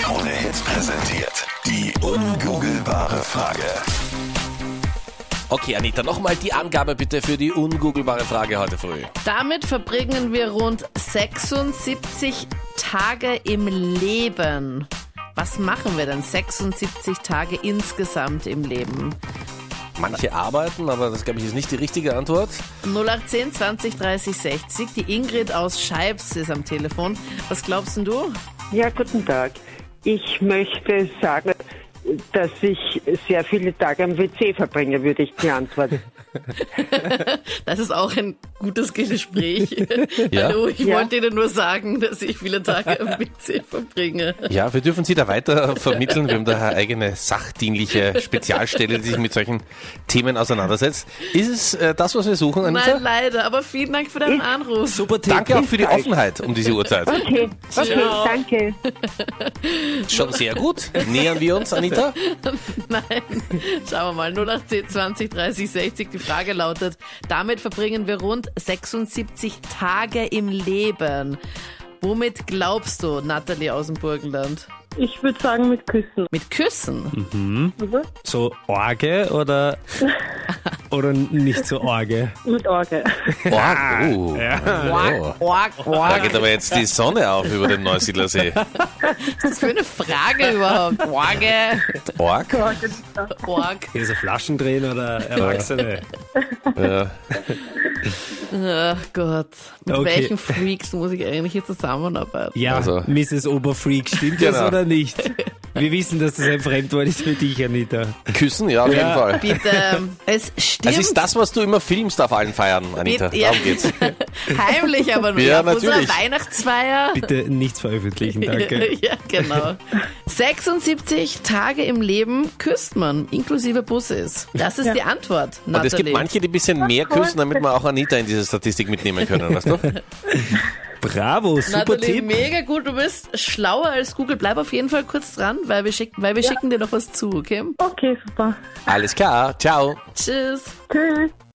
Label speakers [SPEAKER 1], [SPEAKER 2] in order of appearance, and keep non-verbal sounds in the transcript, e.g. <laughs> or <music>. [SPEAKER 1] Krone Hits präsentiert. Die ungoogelbare Frage.
[SPEAKER 2] Okay, Anita, nochmal die Angabe bitte für die ungoogelbare Frage heute früh.
[SPEAKER 3] Damit verbringen wir rund 76 Tage im Leben. Was machen wir denn 76 Tage insgesamt im Leben?
[SPEAKER 2] Manche arbeiten, aber das, glaube ich, ist nicht die richtige Antwort.
[SPEAKER 3] 0810 20 30 60. Die Ingrid aus Scheibs ist am Telefon. Was glaubst denn du?
[SPEAKER 4] Ja, guten Tag. Ich möchte sagen, dass ich sehr viele Tage am WC verbringe, würde ich die Antwort.
[SPEAKER 3] Das ist auch ein gutes Gespräch.
[SPEAKER 2] Ja.
[SPEAKER 3] Hallo, ich
[SPEAKER 4] Ja.
[SPEAKER 3] wollte Ihnen nur sagen, dass ich viele Tage am PC verbringe.
[SPEAKER 2] Ja, wir dürfen Sie da weiter vermitteln. Wir haben da eine eigene sachdienliche Spezialstelle, die sich mit solchen Themen auseinandersetzt. Ist es äh, das, was wir suchen, Anita?
[SPEAKER 3] Nein, leider, aber vielen Dank für deinen Anruf.
[SPEAKER 2] Super Tipp. Danke auch für die
[SPEAKER 4] Hilfreich.
[SPEAKER 2] Offenheit um diese Uhrzeit.
[SPEAKER 4] Okay, okay,
[SPEAKER 3] Ciao.
[SPEAKER 4] danke.
[SPEAKER 2] Schon sehr gut. Nähern wir uns, Anita.
[SPEAKER 3] <laughs> Nein, schauen wir mal. 0810 20 30 60. Die Frage lautet, damit verbringen wir rund 76 Tage im Leben. Womit glaubst du, Nathalie aus dem Burgenland?
[SPEAKER 5] Ich würde sagen mit Küssen.
[SPEAKER 3] Mit Küssen?
[SPEAKER 6] So Orge
[SPEAKER 2] <laughs>
[SPEAKER 6] oder, oder nicht so Orge?
[SPEAKER 5] Mit Orgel.
[SPEAKER 2] Wow. Oh. Oh.
[SPEAKER 3] Org,
[SPEAKER 2] Da
[SPEAKER 3] org.
[SPEAKER 2] geht aber jetzt die Sonne auf über dem Neusiedler See.
[SPEAKER 3] Was ist das für eine Frage überhaupt? Orge,
[SPEAKER 2] <laughs> Org?
[SPEAKER 3] org.
[SPEAKER 6] Hier so Flaschen drehen oder Erwachsene?
[SPEAKER 2] Ja.
[SPEAKER 3] Ach Gott. Mit
[SPEAKER 6] Okay.
[SPEAKER 3] welchen Freaks muss ich eigentlich hier zusammenarbeiten?
[SPEAKER 6] Ja,
[SPEAKER 2] Also-
[SPEAKER 6] Mrs. Oberfreak, stimmt
[SPEAKER 2] Genau.
[SPEAKER 6] das oder nicht? Wir wissen, dass das ein Fremdwort ist für dich, Anita.
[SPEAKER 2] Küssen, ja, auf jeden Fall. <laughs>
[SPEAKER 3] Bitte. Es stimmt.
[SPEAKER 2] Es ist das, was du immer filmst auf allen Feiern, Anita.
[SPEAKER 3] Ja.
[SPEAKER 2] Darum
[SPEAKER 3] <laughs>
[SPEAKER 2] geht's.
[SPEAKER 3] Heimlich aber nur.
[SPEAKER 2] Ja,
[SPEAKER 3] auf unserer
[SPEAKER 2] natürlich.
[SPEAKER 3] Weihnachtsfeier.
[SPEAKER 6] Bitte
[SPEAKER 2] <laughs>
[SPEAKER 6] nichts veröffentlichen, danke.
[SPEAKER 3] <laughs> ja, genau. 76 Tage im Leben küsst man, inklusive Busses. Das ist die Antwort,
[SPEAKER 2] Und es gibt
[SPEAKER 3] Nathalie.
[SPEAKER 2] manche, die ein bisschen mehr küssen, damit wir auch Anita in diese Statistik mitnehmen können, weißt du?
[SPEAKER 6] Bravo, super
[SPEAKER 3] Nathalie,
[SPEAKER 6] Tipp.
[SPEAKER 3] mega gut. Du bist schlauer als Google. Bleib auf jeden Fall kurz dran, weil wir, schick, weil wir schicken dir noch was zu, okay?
[SPEAKER 5] Okay, super.
[SPEAKER 2] Alles klar, ciao.
[SPEAKER 3] Tschüss.
[SPEAKER 5] Tschüss.